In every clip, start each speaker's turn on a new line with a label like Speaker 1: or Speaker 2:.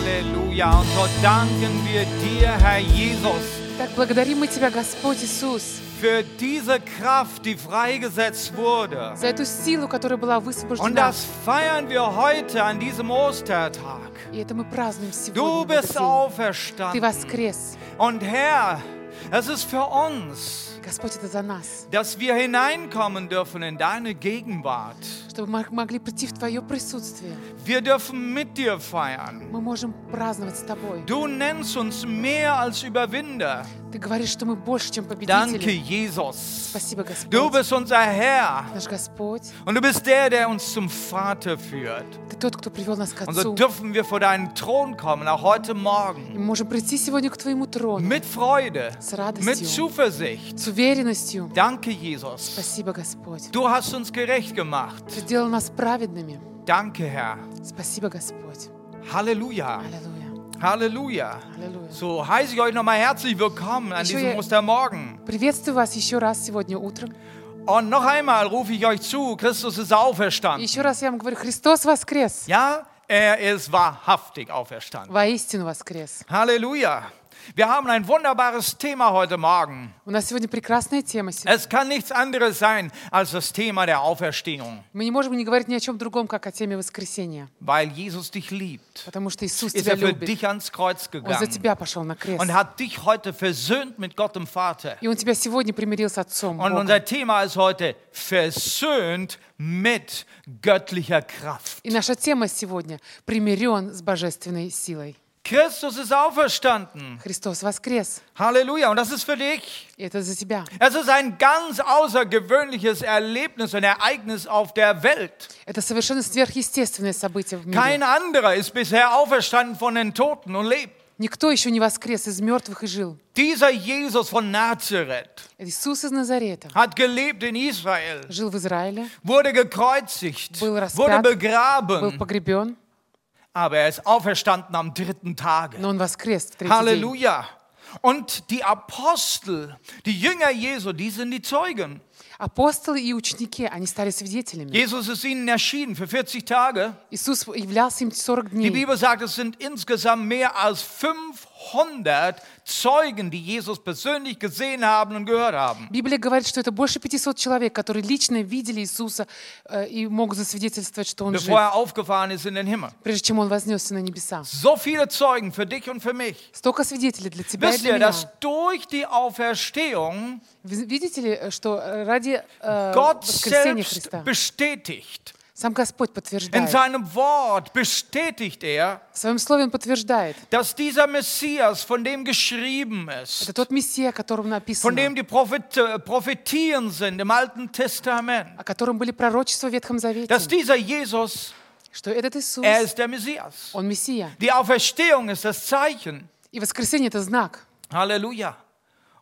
Speaker 1: Halleluja. Und so danken wir dir, Herr Jesus,
Speaker 2: Так благодарим мы Тебя, Господь Иисус,
Speaker 1: für diese Kraft, die freigesetzt wurde.
Speaker 2: за эту силу, которая была
Speaker 1: Und
Speaker 2: высвобождена.
Speaker 1: das feiern wir heute an diesem Ostertag.
Speaker 2: И это мы празднуем сегодня.
Speaker 1: Du
Speaker 2: в этот
Speaker 1: bist
Speaker 2: день.
Speaker 1: auferstanden.
Speaker 2: Ты воскрес.
Speaker 1: Und Herr, es ist für uns,
Speaker 2: Господь, это за нас.
Speaker 1: dass wir hineinkommen dürfen in deine Gegenwart.
Speaker 2: Чтобы мы могли прийти в Твое присутствие.
Speaker 1: Wir dürfen mit dir feiern.
Speaker 2: Мы можем праздновать с Тобой.
Speaker 1: Du nennst uns mehr als Überwinder.
Speaker 2: Ты говоришь, что мы больше, чем победители.
Speaker 1: Danke, Jesus.
Speaker 2: Спасибо, Господь.
Speaker 1: Du bist unser Herr
Speaker 2: Наш Господь.
Speaker 1: und du bist der, der uns zum Vater führt.
Speaker 2: Ты тот, кто привел нас к
Speaker 1: Und so
Speaker 2: Отцу.
Speaker 1: dürfen wir vor deinen Thron kommen, auch heute
Speaker 2: И
Speaker 1: Morgen.
Speaker 2: мы можем прийти сегодня к Твоему трону.
Speaker 1: Mit Freude,
Speaker 2: С радостью.
Speaker 1: mit Zuversicht.
Speaker 2: С уверенностью.
Speaker 1: Danke, Jesus.
Speaker 2: Спасибо, Господь.
Speaker 1: Du hast uns gerecht
Speaker 2: Ты
Speaker 1: gemacht.
Speaker 2: сделал нас праведными.
Speaker 1: Danke, Herr.
Speaker 2: Спасибо, Господь.
Speaker 1: Halleluja.
Speaker 2: Аллилуйя.
Speaker 1: Halleluja.
Speaker 2: Аллилуйя.
Speaker 1: So heiße ich euch nochmal herzlich willkommen an
Speaker 2: Ich
Speaker 1: diesem
Speaker 2: will-
Speaker 1: Ostermorgen.
Speaker 2: Приветствую вас еще раз сегодня утром.
Speaker 1: Und noch einmal rufe ich euch zu, Christus ist
Speaker 2: И
Speaker 1: auferstanden.
Speaker 2: еще раз я вам говорю, Христос воскрес.
Speaker 1: Ja, er ist wahrhaftig auferstanden.
Speaker 2: Воистину воскрес.
Speaker 1: Halleluja. Wir haben ein wunderbares Thema heute Morgen.
Speaker 2: У нас сегодня прекрасная тема. сегодня.
Speaker 1: Es kann nichts anderes sein als das Thema der Auferstehung,
Speaker 2: Мы не можем не говорить ни о чем другом, как о теме воскресения.
Speaker 1: weil Jesus dich liebt.
Speaker 2: Потому что Иисус
Speaker 1: Ist
Speaker 2: тебя
Speaker 1: er für
Speaker 2: любит.
Speaker 1: dich ans Kreuz
Speaker 2: Он за
Speaker 1: gegangen
Speaker 2: тебя пошел на крест.
Speaker 1: und hat dich heute versöhnt mit Gott dem Vater.
Speaker 2: И Он тебя сегодня примирил с Отцом.
Speaker 1: Und
Speaker 2: Богом.
Speaker 1: unser Thema ist heute versöhnt mit göttlicher Kraft.
Speaker 2: И наша тема сегодня — примирен с божественной силой.
Speaker 1: Christus ist auferstanden.
Speaker 2: Христос воскрес.
Speaker 1: Halleluja. Und das ist für dich.
Speaker 2: И это за тебя.
Speaker 1: Es ist ein ganz außergewöhnliches Erlebnis und Ereignis auf der Welt.
Speaker 2: Это совершенно сверхъестественное событие в мире.
Speaker 1: Kein anderer ist bisher auferstanden von den Toten und lebt.
Speaker 2: Никто еще не воскрес из мертвых и жил.
Speaker 1: Dieser Jesus von Nazareth
Speaker 2: Иисус из Назарета
Speaker 1: hat gelebt in Israel,
Speaker 2: жил в Израиле,
Speaker 1: wurde gekreuzigt,
Speaker 2: Был распят,
Speaker 1: wurde
Speaker 2: был
Speaker 1: begraben,
Speaker 2: погребен,
Speaker 1: aber er ist auferstanden am dritten Tage.
Speaker 2: но Он воскрес в третий день.
Speaker 1: Halleluja. Und die Apostel, die Jünger Jesu, die sind die Zeugen.
Speaker 2: Апостолы и ученики, они стали свидетелями.
Speaker 1: Jesus ist ihnen erschienen für 40 Tage.
Speaker 2: Иисус являлся им 40
Speaker 1: Die
Speaker 2: дней.
Speaker 1: Bibel sagt, es sind insgesamt mehr als 500 Zeugen, die Jesus persönlich gesehen haben und gehört haben.
Speaker 2: Библия говорит, что это больше 500 человек, которые лично видели Иисуса э, и могут засвидетельствовать, что Он жив,
Speaker 1: bevor er aufgefahren ist in den Himmel.
Speaker 2: прежде чем Он вознесся на небеса.
Speaker 1: So viele Zeugen für dich und für mich.
Speaker 2: Столько свидетелей для тебя и
Speaker 1: Wisst
Speaker 2: для
Speaker 1: ihr,
Speaker 2: меня.
Speaker 1: dass durch die Auferstehung
Speaker 2: Ви- Видите ли, э, что э, ради э,
Speaker 1: Gott
Speaker 2: воскресения
Speaker 1: selbst
Speaker 2: Христа
Speaker 1: bestätigt?
Speaker 2: сам Господь
Speaker 1: In
Speaker 2: подтверждает.
Speaker 1: seinem Wort bestätigt er,
Speaker 2: В своем слове Он подтверждает.
Speaker 1: dass dieser Messias, von dem geschrieben ist,
Speaker 2: Это тот Мессия, о котором
Speaker 1: von dem
Speaker 2: написано,
Speaker 1: die Prophet äh, Prophetien sind im Alten Testament,
Speaker 2: о котором были пророчества в Ветхом Завете,
Speaker 1: dass dieser Jesus,
Speaker 2: что этот Иисус,
Speaker 1: er ist der Messias.
Speaker 2: Он Мессия.
Speaker 1: Die Auferstehung ist das Zeichen.
Speaker 2: И воскресение — это знак.
Speaker 1: Halleluja.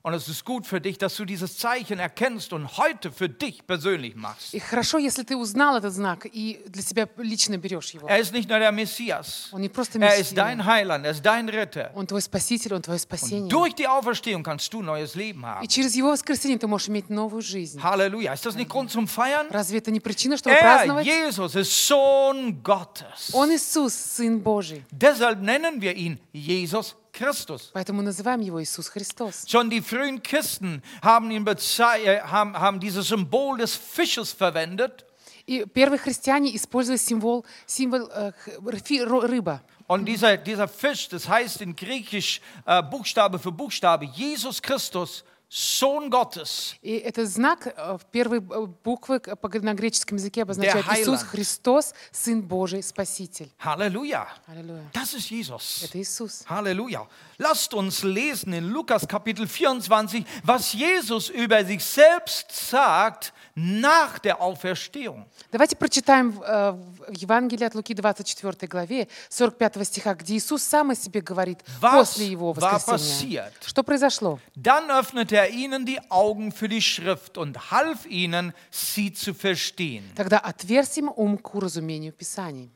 Speaker 1: Und es ist gut für dich, dass du dieses Zeichen erkennst und heute für dich persönlich machst.
Speaker 2: И хорошо, если ты узнал этот знак и для себя лично берешь его.
Speaker 1: Er ist nicht nur der Messias,
Speaker 2: Он не просто
Speaker 1: er ist
Speaker 2: Мессия.
Speaker 1: dein Heiland, er ist dein Retter.
Speaker 2: Он твой спаситель, он твое спасение.
Speaker 1: Durch die Auferstehung kannst du neues Leben
Speaker 2: И
Speaker 1: haben.
Speaker 2: через его воскресение ты можешь иметь новую жизнь.
Speaker 1: Halleluja. Ist das nicht Grund zum Feiern?
Speaker 2: Разве это не причина, чтобы
Speaker 1: Er,
Speaker 2: праздновать?
Speaker 1: Jesus, ist Sohn Gottes.
Speaker 2: Он Иисус, Сын Божий.
Speaker 1: Deshalb nennen wir ihn Jesus Christus.
Speaker 2: Поэтому называем его Иисус Христос.
Speaker 1: Schon die frühen Christen haben, ihn bezei- äh, haben, haben dieses Symbol des Fisches verwendet.
Speaker 2: И первые христиане использовали символ, символ э, х- рфи- ро- рыба.
Speaker 1: Und dieser, dieser Fisch, das heißt in Griechisch äh, Buchstabe für Buchstabe, Jesus Christus, Sohn Gottes,
Speaker 2: И этот знак э, в первой б- буквы к- по- на греческом языке обозначает
Speaker 1: Heiland.
Speaker 2: Иисус Христос, Сын Божий, Спаситель.
Speaker 1: Halleluja.
Speaker 2: Аллилуйя.
Speaker 1: Das ist Jesus.
Speaker 2: Это Иисус.
Speaker 1: Halleluja. Lasst uns lesen in Lukas Kapitel 24, was Jesus über sich selbst sagt nach der Auferstehung.
Speaker 2: Давайте прочитаем в, э, в Евангелии от Луки 24 главе 45 стиха, где Иисус сам о себе говорит
Speaker 1: Was
Speaker 2: после его
Speaker 1: war
Speaker 2: воскресения.
Speaker 1: passiert?
Speaker 2: Что произошло?
Speaker 1: Dann öffnete er ihnen die Augen für die Schrift und half ihnen, sie zu verstehen.
Speaker 2: Тогда отверстием ум к разумению Писаний.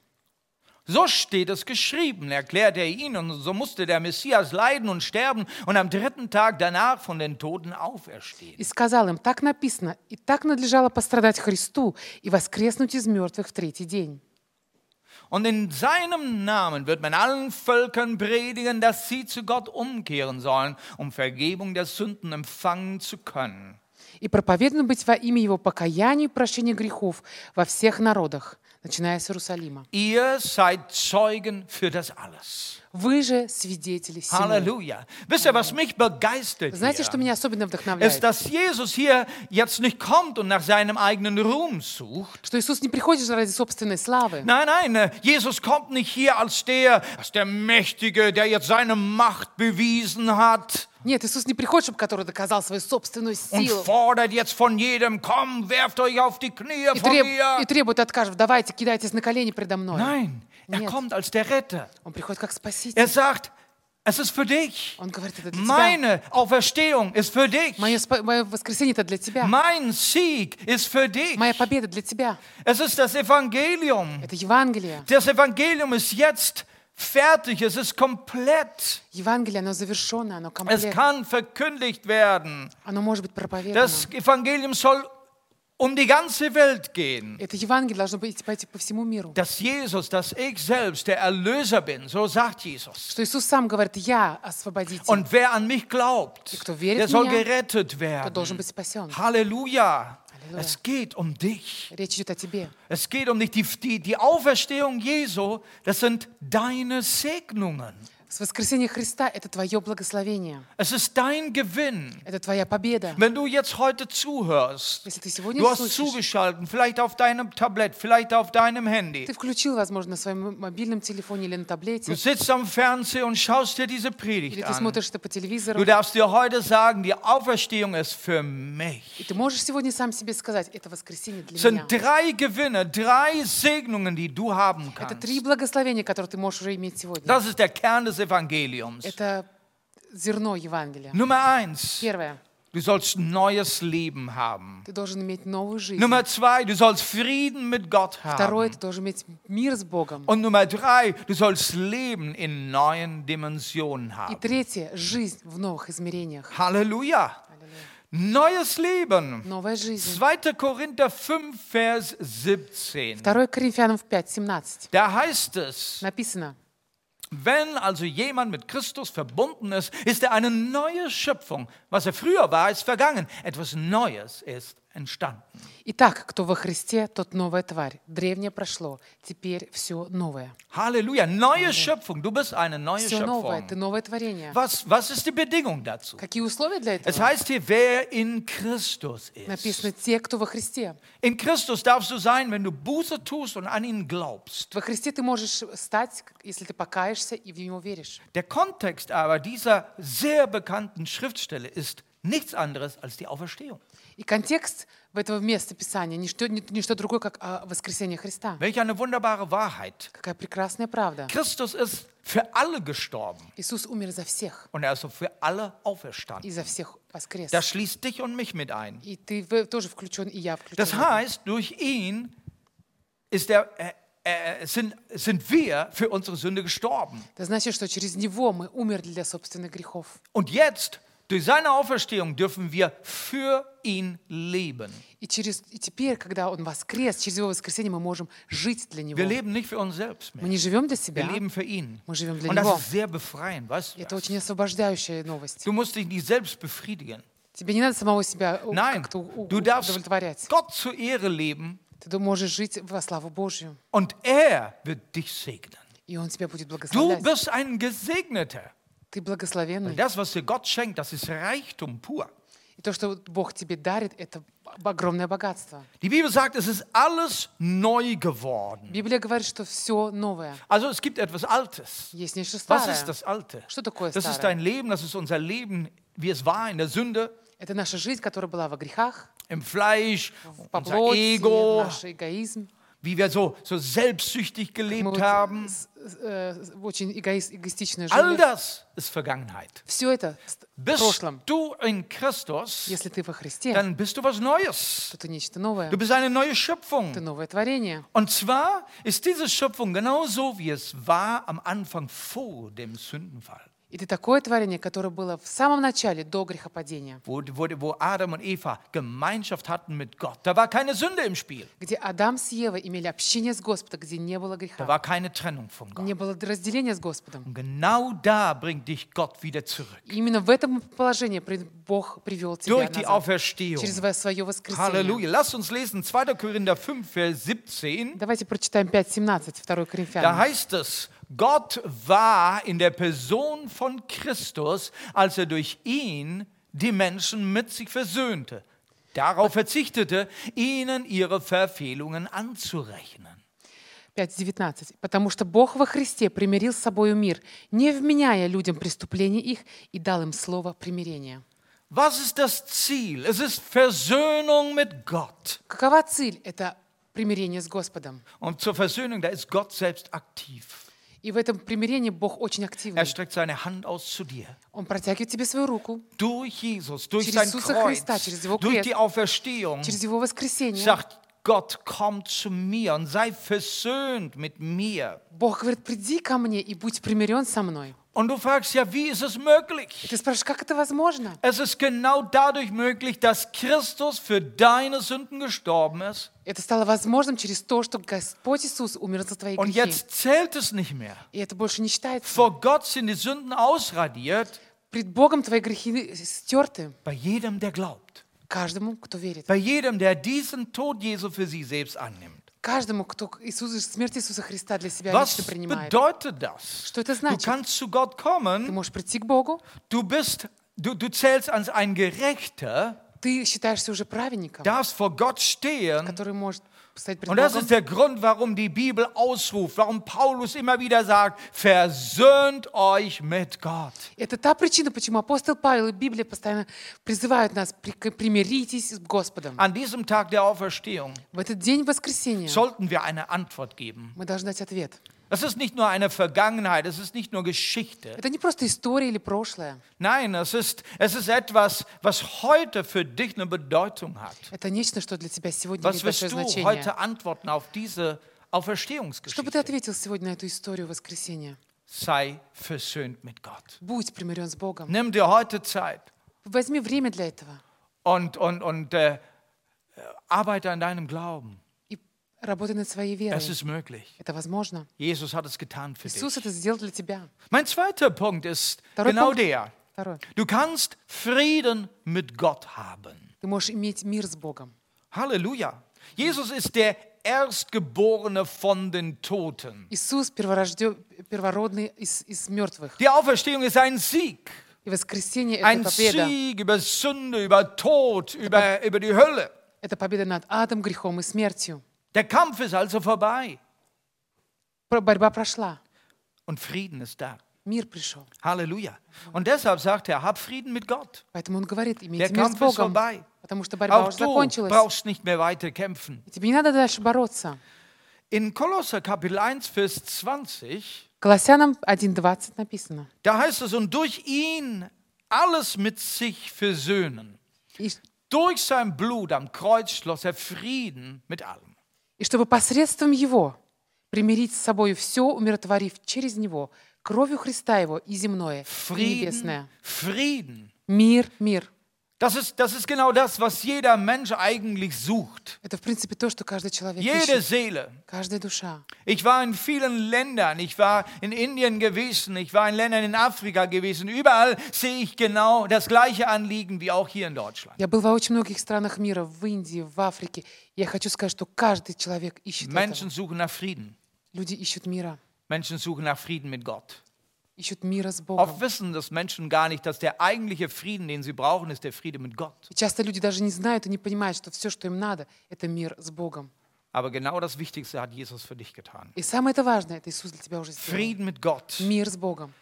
Speaker 1: So steht es geschrieben, erklärte er ihnen, und so musste der Messias leiden und sterben und am dritten Tag danach von den Toten auferstehen.
Speaker 2: И сказал им, так написано, и так надлежало пострадать Христу и воскреснуть из мертвых в третий день.
Speaker 1: Und in seinem Namen wird man allen Völkern predigen, dass sie zu Gott umkehren sollen, um Vergebung der Sünden empfangen zu können.
Speaker 2: и проповедано быть во имя Его покаянию и прощению грехов во всех народах, начиная с Иерусалима.
Speaker 1: Ihr seid Zeugen für das alles.
Speaker 2: Вы же свидетели всему.
Speaker 1: Halleluja. Wisst ihr, was mich begeistert?
Speaker 2: Знаете, что
Speaker 1: hier?
Speaker 2: меня особенно
Speaker 1: ist,
Speaker 2: вдохновляет?
Speaker 1: dass Jesus hier jetzt nicht kommt und nach seinem eigenen Ruhm sucht.
Speaker 2: Что Иисус не приходит ради собственной славы.
Speaker 1: Nein, nein, äh, Jesus kommt nicht hier als der, als der Mächtige, der jetzt seine Macht bewiesen hat
Speaker 2: Нет, Иисус не приходит, чтобы который доказал свою собственную
Speaker 1: und
Speaker 2: силу.
Speaker 1: fordert jetzt von jedem, komm, werft euch auf die Knie
Speaker 2: И,
Speaker 1: vor
Speaker 2: треб-
Speaker 1: mir.
Speaker 2: и требует от каждого, давайте, кидайтесь на колени предо мной.
Speaker 1: Nein, er
Speaker 2: Нет.
Speaker 1: kommt als der Retter.
Speaker 2: Он приходит как спаситель.
Speaker 1: Er sagt, es ist für dich.
Speaker 2: Он говорит, это для тебя.
Speaker 1: Meine Auferstehung ist für dich.
Speaker 2: Мое, спа- мое воскресенье это для тебя.
Speaker 1: Mein Sieg ist für dich.
Speaker 2: Моя победа для тебя.
Speaker 1: Es ist das Evangelium.
Speaker 2: Это Евангелие.
Speaker 1: Das Evangelium ist jetzt fertig, es ist komplett.
Speaker 2: Евангелие, оно завершено, оно
Speaker 1: Es
Speaker 2: комплектно.
Speaker 1: kann verkündigt werden.
Speaker 2: Оно может быть проповедано.
Speaker 1: Das Evangelium soll um die ganze Welt gehen.
Speaker 2: Это Евангелие должно быть, пойти по всему миру.
Speaker 1: Dass Jesus, dass ich selbst der Erlöser bin, so sagt Jesus.
Speaker 2: Что Иисус сам говорит, я освободитель,
Speaker 1: Und wer an mich glaubt,
Speaker 2: Кто верит
Speaker 1: der soll
Speaker 2: в меня,
Speaker 1: gerettet
Speaker 2: кто
Speaker 1: werden.
Speaker 2: должен быть спасен.
Speaker 1: Halleluja.
Speaker 2: Halleluja.
Speaker 1: Es geht um dich.
Speaker 2: Речь идет о тебе.
Speaker 1: Es geht um dich. Die, die, die Auferstehung Jesu, das sind deine Segnungen.
Speaker 2: С воскресения Христа это твое благословение,
Speaker 1: Es ist dein Gewinn.
Speaker 2: это твоя победа.
Speaker 1: Wenn du jetzt heute zuhörst,
Speaker 2: Если ты сегодня
Speaker 1: du hast
Speaker 2: слышишь,
Speaker 1: zugeschaltet, vielleicht auf deinem Tablett, vielleicht auf deinem Handy.
Speaker 2: ты включил, возможно, на своем мобильном телефоне или на
Speaker 1: Du
Speaker 2: таблете,
Speaker 1: sitzt am Fernseher und schaust dir diese
Speaker 2: или
Speaker 1: Predigt
Speaker 2: ты
Speaker 1: an.
Speaker 2: смотришь это по
Speaker 1: Du
Speaker 2: телевизору,
Speaker 1: darfst dir heute sagen, die Auferstehung ist für mich.
Speaker 2: и ты можешь сегодня сам себе сказать, это воскресенье
Speaker 1: Es
Speaker 2: для меня.
Speaker 1: sind drei Gewinne, drei Segnungen, die du haben
Speaker 2: Это три
Speaker 1: kannst.
Speaker 2: благословения, которые ты можешь уже иметь сегодня.
Speaker 1: Das ist der Kern des Evangeliums.
Speaker 2: Это зерно Евангелия.
Speaker 1: Nummer eins,
Speaker 2: Первое,
Speaker 1: du sollst neues Leben haben.
Speaker 2: ты должен иметь новую жизнь.
Speaker 1: Nummer zwei, du sollst Frieden mit Gott
Speaker 2: Второе,
Speaker 1: haben.
Speaker 2: ты должен иметь мир с Богом.
Speaker 1: Und Nummer drei, du sollst Leben in neuen Dimensionen
Speaker 2: И
Speaker 1: haben.
Speaker 2: третье – жизнь в новых измерениях.
Speaker 1: Halleluja.
Speaker 2: Аллилуйя.
Speaker 1: Neues Leben.
Speaker 2: Новая жизнь.
Speaker 1: 2. Korinther 5, Vers 17.
Speaker 2: 2 Коринфянам 5, 17.
Speaker 1: Da heißt es,
Speaker 2: Написано,
Speaker 1: wenn also jemand mit Christus verbunden ist, ist er eine neue Schöpfung. Was er früher war, ist vergangen. Etwas Neues ist entstanden.
Speaker 2: «Итак, кто во Христе, тот новая тварь. Древнее прошло, теперь все новое».
Speaker 1: Halleluja. Neue Schöpfung. Du bist eine neue
Speaker 2: Все новое,
Speaker 1: Schöpfung.
Speaker 2: ты новое творение.
Speaker 1: Was, was ist die Bedingung dazu?
Speaker 2: Какие условия для
Speaker 1: Es
Speaker 2: этого?
Speaker 1: heißt hier, wer in Christus ist.
Speaker 2: Написано «те, кто во Христе».
Speaker 1: In Christus darfst du sein, wenn du Buße tust und an ihn glaubst.
Speaker 2: Во Христе ты можешь стать, если ты покаешься и в Него веришь.
Speaker 1: Der Kontext aber dieser sehr bekannten Schriftstelle ist nichts anderes als die Auferstehung.
Speaker 2: И контекст в этого места Писания – ничто, ни- ничто другое, как а, воскресение Христа.
Speaker 1: Welch eine wunderbare Wahrheit.
Speaker 2: Какая прекрасная правда.
Speaker 1: Christus ist für alle gestorben
Speaker 2: Иисус умер за всех
Speaker 1: und er ist für alle
Speaker 2: и
Speaker 1: auferstanden.
Speaker 2: за всех воскрес.
Speaker 1: Das schließt dich und mich mit ein.
Speaker 2: И ты в- тоже включен, и я включен.
Speaker 1: Das heißt, durch ihn ist er, äh, äh, sind, sind wir für unsere Sünde gestorben.
Speaker 2: Это значит, что через него мы умерли для собственных грехов.
Speaker 1: Und jetzt, durch seine Auferstehung, dürfen wir für ihn leben.
Speaker 2: И, через, и теперь, когда он воскрес, через его воскресение мы можем жить для него.
Speaker 1: Wir leben nicht für uns selbst mehr.
Speaker 2: Мы не живем
Speaker 1: Wir
Speaker 2: для себя.
Speaker 1: leben für ihn.
Speaker 2: Мы живем для
Speaker 1: Und
Speaker 2: него.
Speaker 1: das ist sehr befreiend, weißt du?
Speaker 2: Это
Speaker 1: Das?
Speaker 2: очень освобождающая новость.
Speaker 1: Du musst dich nicht selbst befriedigen.
Speaker 2: Тебе не надо самого себя у-
Speaker 1: Nein,
Speaker 2: как-то у- у-
Speaker 1: Oh, du darfst
Speaker 2: удовлетворять.
Speaker 1: Gott zur Ehre leben
Speaker 2: Ты ду- можешь жить во славу Божью,
Speaker 1: und er wird dich segnen.
Speaker 2: и он тебя
Speaker 1: Du
Speaker 2: будет благословлять.
Speaker 1: bist ein Gesegneter.
Speaker 2: Ты
Speaker 1: Weil
Speaker 2: благословенный.
Speaker 1: das, was dir Gott schenkt, das ist Reichtum pur.
Speaker 2: И то, что вот Бог тебе дарит, это б- огромное богатство.
Speaker 1: Die Bibel sagt, es ist alles neu geworden.
Speaker 2: Библия говорит, что все новое.
Speaker 1: Also es gibt etwas Altes.
Speaker 2: Есть нечто
Speaker 1: Was ist
Speaker 2: старое.
Speaker 1: das Alte?
Speaker 2: Что такое
Speaker 1: Das ist
Speaker 2: старое?
Speaker 1: dein Leben, das ist unser Leben, wie es war in der Sünde,
Speaker 2: Это наша жизнь, которая была во грехах,
Speaker 1: im Fleisch,
Speaker 2: по
Speaker 1: unser
Speaker 2: плоти,
Speaker 1: Ego,
Speaker 2: наш эгоизм.
Speaker 1: wie wir so, so selbstsüchtig
Speaker 2: Мы
Speaker 1: gelebt
Speaker 2: вот,
Speaker 1: haben.
Speaker 2: с- с- э, с- очень эгоист, эгоистично
Speaker 1: All
Speaker 2: жили.
Speaker 1: das ist Vergangenheit.
Speaker 2: Все это ст- в
Speaker 1: Bist
Speaker 2: прошлом.
Speaker 1: du in Christus,
Speaker 2: Если ты во Христе,
Speaker 1: dann bist du was Neues.
Speaker 2: то ты нечто новое.
Speaker 1: Du bist eine neue
Speaker 2: Ты
Speaker 1: Schöpfung.
Speaker 2: новое творение.
Speaker 1: Und genau zwar ist diese Schöpfung genauso, wie es war am Anfang vor dem Sündenfall.
Speaker 2: И ты такое творение, которое было в самом начале, до грехопадения,
Speaker 1: wo, wo, wo Adam und Eva Gemeinschaft hatten mit Gott. Da war keine Sünde im Spiel.
Speaker 2: где Адам с Евой имели общение с Господом, где не
Speaker 1: Da
Speaker 2: было греха,
Speaker 1: war keine Trennung von Gott.
Speaker 2: не было разделения с Господом.
Speaker 1: Und genau da bringt dich Gott wieder zurück.
Speaker 2: И именно в этом положении при- Бог привел тебя
Speaker 1: Durch die
Speaker 2: назад,
Speaker 1: Auferstehung.
Speaker 2: через во- свое воскресение.
Speaker 1: Halleluja. Lasst uns lesen 2. Korinther 5, Vers 17.
Speaker 2: Давайте прочитаем 5.17, 2
Speaker 1: Da
Speaker 2: Коринфянам.
Speaker 1: heißt es, Gott war in der Person von Christus, als er durch ihn die Menschen mit sich versöhnte. Darauf verzichtete, ihnen ihre Verfehlungen anzurechnen.
Speaker 2: 5.19. «Потому что Бог во Христе примирил с собою мир, не вменяя людям преступлений их, и дал им слово примирения».
Speaker 1: Was ist das Ziel? Es ist Versöhnung mit Gott.
Speaker 2: Какова цель? Это примирение с Господом.
Speaker 1: Und zur Versöhnung, da ist Gott selbst aktiv.
Speaker 2: И в этом примирении Bог очень
Speaker 1: Er
Speaker 2: активный.
Speaker 1: streckt seine Hand aus zu dir.
Speaker 2: Он протягивает тебе свою руку
Speaker 1: Durch Jesus, durch
Speaker 2: Через
Speaker 1: sein
Speaker 2: Иисуса
Speaker 1: Kreuz,
Speaker 2: Христа, через Его
Speaker 1: durch
Speaker 2: крест.
Speaker 1: die Auferstehung,
Speaker 2: через Его воскресение.
Speaker 1: sagt Gott, komm zu mir und sei versöhnt mit mir.
Speaker 2: Бог говорит, приди ко мне и будь примирен со мной.
Speaker 1: Und du fragst ja, wie ist es möglich?
Speaker 2: Ты спрашиваешь, как это возможно?
Speaker 1: Es ist genau dadurch möglich, dass Christus für deine Sünden gestorben ist.
Speaker 2: Это стало возможным через то, что Господь Иисус умер за твои
Speaker 1: Und
Speaker 2: грехи.
Speaker 1: jetzt zählt es nicht mehr.
Speaker 2: И это больше не считается.
Speaker 1: Vor Gott sind die Sünden ausradiert
Speaker 2: Пред Богом твои грехи стерты
Speaker 1: bei jedem, der glaubt.
Speaker 2: каждому, кто верит.
Speaker 1: Bei jedem, der diesen Tod Jesu für sich selbst annimmt.
Speaker 2: Каждому, кто Иисус, смерть Иисуса Христа для себя
Speaker 1: Was
Speaker 2: лично принимает.
Speaker 1: bedeutet das?
Speaker 2: Что это
Speaker 1: Du
Speaker 2: значит?
Speaker 1: kannst zu Gott
Speaker 2: Ты
Speaker 1: kommen,
Speaker 2: можешь прийти к Богу,
Speaker 1: du bist, du, du zählst als ein Gerechter,
Speaker 2: ты считаешься уже праведником,
Speaker 1: darfst vor Gott stehen.
Speaker 2: который может стоять пред
Speaker 1: Und das
Speaker 2: Богом.
Speaker 1: ist der Grund, warum die Bibel ausruft, warum Paulus immer wieder sagt, versöhnt euch mit Gott.
Speaker 2: Это та причина, почему апостол Павел и Библия постоянно призывают нас «При- к- примиритесь с Господом.
Speaker 1: An diesem Tag der Auferstehung
Speaker 2: В этот день воскресения
Speaker 1: sollten wir eine Antwort geben.
Speaker 2: мы должны дать ответ.
Speaker 1: Das ist nicht nur eine Vergangenheit, es ist nicht nur Geschichte.
Speaker 2: Это не просто история или прошлое.
Speaker 1: Nein, es ist, es ist etwas, was heute für dich eine Bedeutung hat.
Speaker 2: Это нечто, что для тебя сегодня
Speaker 1: Was
Speaker 2: имеет
Speaker 1: wirst
Speaker 2: большое
Speaker 1: du
Speaker 2: значение.
Speaker 1: heute antworten auf diese
Speaker 2: Что бы
Speaker 1: Auferstehungsgeschichte?
Speaker 2: ты ответил сегодня на эту историю воскресения?
Speaker 1: Sei versöhnt mit Gott.
Speaker 2: Будь примирен с Богом.
Speaker 1: Nimm dir heute Zeit
Speaker 2: Возьми время для этого
Speaker 1: und, und, und äh, äh, arbeite an deinem Glauben.
Speaker 2: и работай над своей верой.
Speaker 1: Es ist möglich.
Speaker 2: Это возможно.
Speaker 1: Jesus hat es getan für dich.
Speaker 2: Иисус это сделал для тебя.
Speaker 1: Mein zweiter Punkt ist
Speaker 2: Второй
Speaker 1: genau
Speaker 2: Punkt.
Speaker 1: der.
Speaker 2: Второе.
Speaker 1: Du kannst Frieden mit Gott haben.
Speaker 2: Ты можешь иметь мир с Бogом.
Speaker 1: Halleluja. Jesus ist der Erstgeborene von den Toten.
Speaker 2: Иисус перворождё- первородный из, из мертвых.
Speaker 1: Die Auferstehung ist ein Sieg.
Speaker 2: И воскресение — это
Speaker 1: Ein
Speaker 2: победа.
Speaker 1: Sieg über Sünde, über Tod, über, über die Hölle.
Speaker 2: Это победа над адом, грехом и смертью.
Speaker 1: Der Kampf ist also vorbei
Speaker 2: Про- Борьба прошла,
Speaker 1: und Frieden ist da.
Speaker 2: мир пришел.
Speaker 1: Halleluja. Und deshalb sagt er, hab Frieden mit Gott.
Speaker 2: Поэтому он говорит,
Speaker 1: Der
Speaker 2: имейте мир с
Speaker 1: Kampf ist
Speaker 2: Богом,
Speaker 1: vorbei.
Speaker 2: потому что борьба
Speaker 1: Auch
Speaker 2: уже
Speaker 1: du
Speaker 2: закончилась.
Speaker 1: brauchst nicht mehr weiter kämpfen.
Speaker 2: И тебе не надо дальше бороться.
Speaker 1: In Kolosser Kapitel 1, Vers 20,
Speaker 2: Колоссянам 1.20 написано.
Speaker 1: da heißt es, und durch ihn alles mit sich versöhnen.
Speaker 2: И, ш-
Speaker 1: Durch sein Blut am Kreuz schloss er Frieden mit allem.
Speaker 2: и чтобы посредством Его примирить с собою все, умиротворив через Него, кровью Христа Его и земное, и
Speaker 1: Frieden,
Speaker 2: небесное.
Speaker 1: Frieden.
Speaker 2: Mир, мир.
Speaker 1: Das ist, das ist genau das, was jeder Mensch eigentlich sucht.
Speaker 2: Это, в принципе, то, что каждый человек
Speaker 1: Jede
Speaker 2: ищет.
Speaker 1: Seele.
Speaker 2: Каждая душа.
Speaker 1: Ich war in vielen Ländern, ich war in Indien gewesen, ich war in Ländern in Afrika gewesen. Überall sehe ich genau das gleiche Anliegen wie auch hier in Deutschland.
Speaker 2: Я был во очень многих странах мира, в Индии, в Африке. Я хочу сказать, что каждый человек ищет этого.
Speaker 1: Menschen suchen nach Frieden.
Speaker 2: Люди ищут мира,
Speaker 1: Menschen suchen nach Frieden mit Gott.
Speaker 2: ищут мира с Богом.
Speaker 1: Oft wissen das Menschen gar nicht, dass der eigentliche Frieden, den sie brauchen, ist der Friede mit Gott.
Speaker 2: И часто люди даже не знают и не понимают, что все, что им надо, это мир с Богом.
Speaker 1: Aber genau das Wichtigste hat Jesus für dich getan.
Speaker 2: И самое это важное, это Иисус для тебя уже сделал.
Speaker 1: Frieden mit Gott.
Speaker 2: Мир с Богом.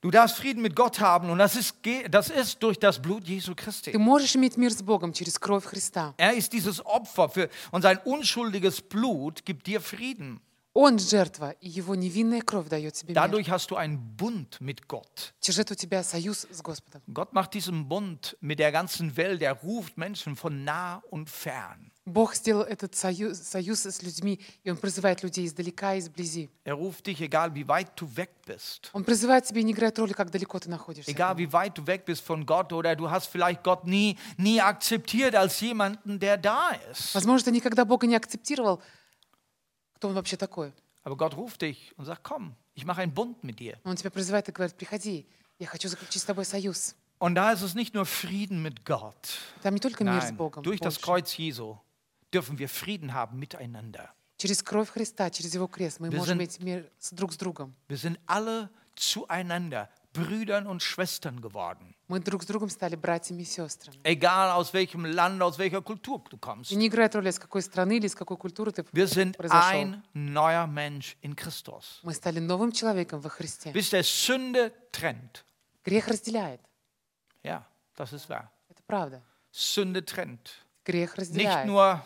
Speaker 1: Du darfst Frieden mit Gott haben und das ist, ge- das ist durch das Blut Jesu
Speaker 2: Ты
Speaker 1: Christi.
Speaker 2: можешь иметь мир с Богом через кровь Христа.
Speaker 1: Er ist dieses Opfer für, und sein unschuldiges Blut gibt dir Frieden.
Speaker 2: Он жертва, и его невинная кровь дает тебе мир.
Speaker 1: Dadurch hast du einen Bund mit Gott.
Speaker 2: Тяжет у тебя союз с Господом.
Speaker 1: Gott macht diesen Bund mit der ganzen Welt. Er ruft Menschen von nah und fern.
Speaker 2: Бог сделал этот союз, союз с людьми, и Он призывает людей издалека и изблизи.
Speaker 1: Er ruft dich, egal wie weit du weg bist.
Speaker 2: Он призывает тебя, и не играет роли, как далеко ты находишься. от
Speaker 1: Egal
Speaker 2: Него.
Speaker 1: wie weit du weg bist von Gott oder du hast vielleicht Gott nie, nie akzeptiert als jemanden, der da ist.
Speaker 2: Возможно, ты никогда Бога не акцептировал, кто Он вообще такой.
Speaker 1: Aber Gott ruft dich und sagt, komm, ich mache einen Bund mit dir.
Speaker 2: Но Он тебя призывает и говорит, приходи, я хочу заключить с тобой союз.
Speaker 1: Und da ist es nicht nur Frieden mit Gott.
Speaker 2: Там не только мир с
Speaker 1: Nein,
Speaker 2: Богом.
Speaker 1: durch das
Speaker 2: больше.
Speaker 1: Kreuz Jesu dürfen wir Frieden haben miteinander.
Speaker 2: Через кровь Христа, через Его крест мы
Speaker 1: Wir
Speaker 2: можем
Speaker 1: sind-
Speaker 2: иметь мир с друг с другом.
Speaker 1: Wir sind alle zueinander Brüdern und Schwestern geworden.
Speaker 2: Мы друг с другом стали братьями и сестрами.
Speaker 1: Egal aus welchem Land, aus welcher Kultur du
Speaker 2: И
Speaker 1: kommst.
Speaker 2: не играет роли, из какой страны или из какой культуры ты
Speaker 1: Wir sind
Speaker 2: произошел.
Speaker 1: ein neuer Mensch in Christus.
Speaker 2: Мы стали новым человеком во Христе.
Speaker 1: Bis der Sünde trennt.
Speaker 2: Грех разделяет.
Speaker 1: Ja, das ist wahr.
Speaker 2: Это правда.
Speaker 1: Sünde trennt.
Speaker 2: Грех
Speaker 1: Nicht
Speaker 2: разделяет.
Speaker 1: nur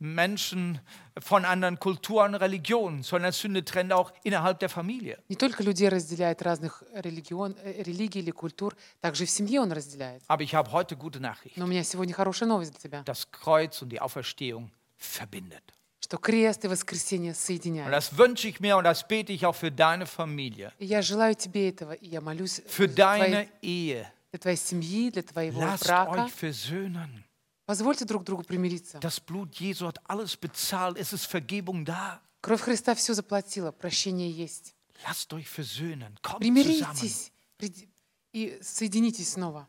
Speaker 1: Menschen von anderen Kulturen, Religionen, sondern Sünde trennt auch innerhalb der Familie.
Speaker 2: Не только людей разделяет разных религион, э, религий или культур, также и в семье он разделяет.
Speaker 1: Aber ich habe heute gute Nachricht.
Speaker 2: Но у меня сегодня хорошая новость для тебя,
Speaker 1: Das Kreuz und die Auferstehung verbindet.
Speaker 2: что крест и воскресение
Speaker 1: Und
Speaker 2: соединяют.
Speaker 1: das wünsche ich mir und das bete ich auch für deine Familie,
Speaker 2: И я желаю тебе этого, и я молюсь э,
Speaker 1: für
Speaker 2: за твои-
Speaker 1: deine Ehe.
Speaker 2: для твоей семьи, для твоего
Speaker 1: Lasst
Speaker 2: брака.
Speaker 1: euch versöhnen.
Speaker 2: Позвольте друг другу примириться.
Speaker 1: Das Blut Jesu hat alles bezahlt. Es ist Vergebung da.
Speaker 2: Кровь Христа все заплатила, прощение есть.
Speaker 1: Lasst euch versöhnen. Kommt zusammen.
Speaker 2: Примиритесь приди- и соединитесь снова.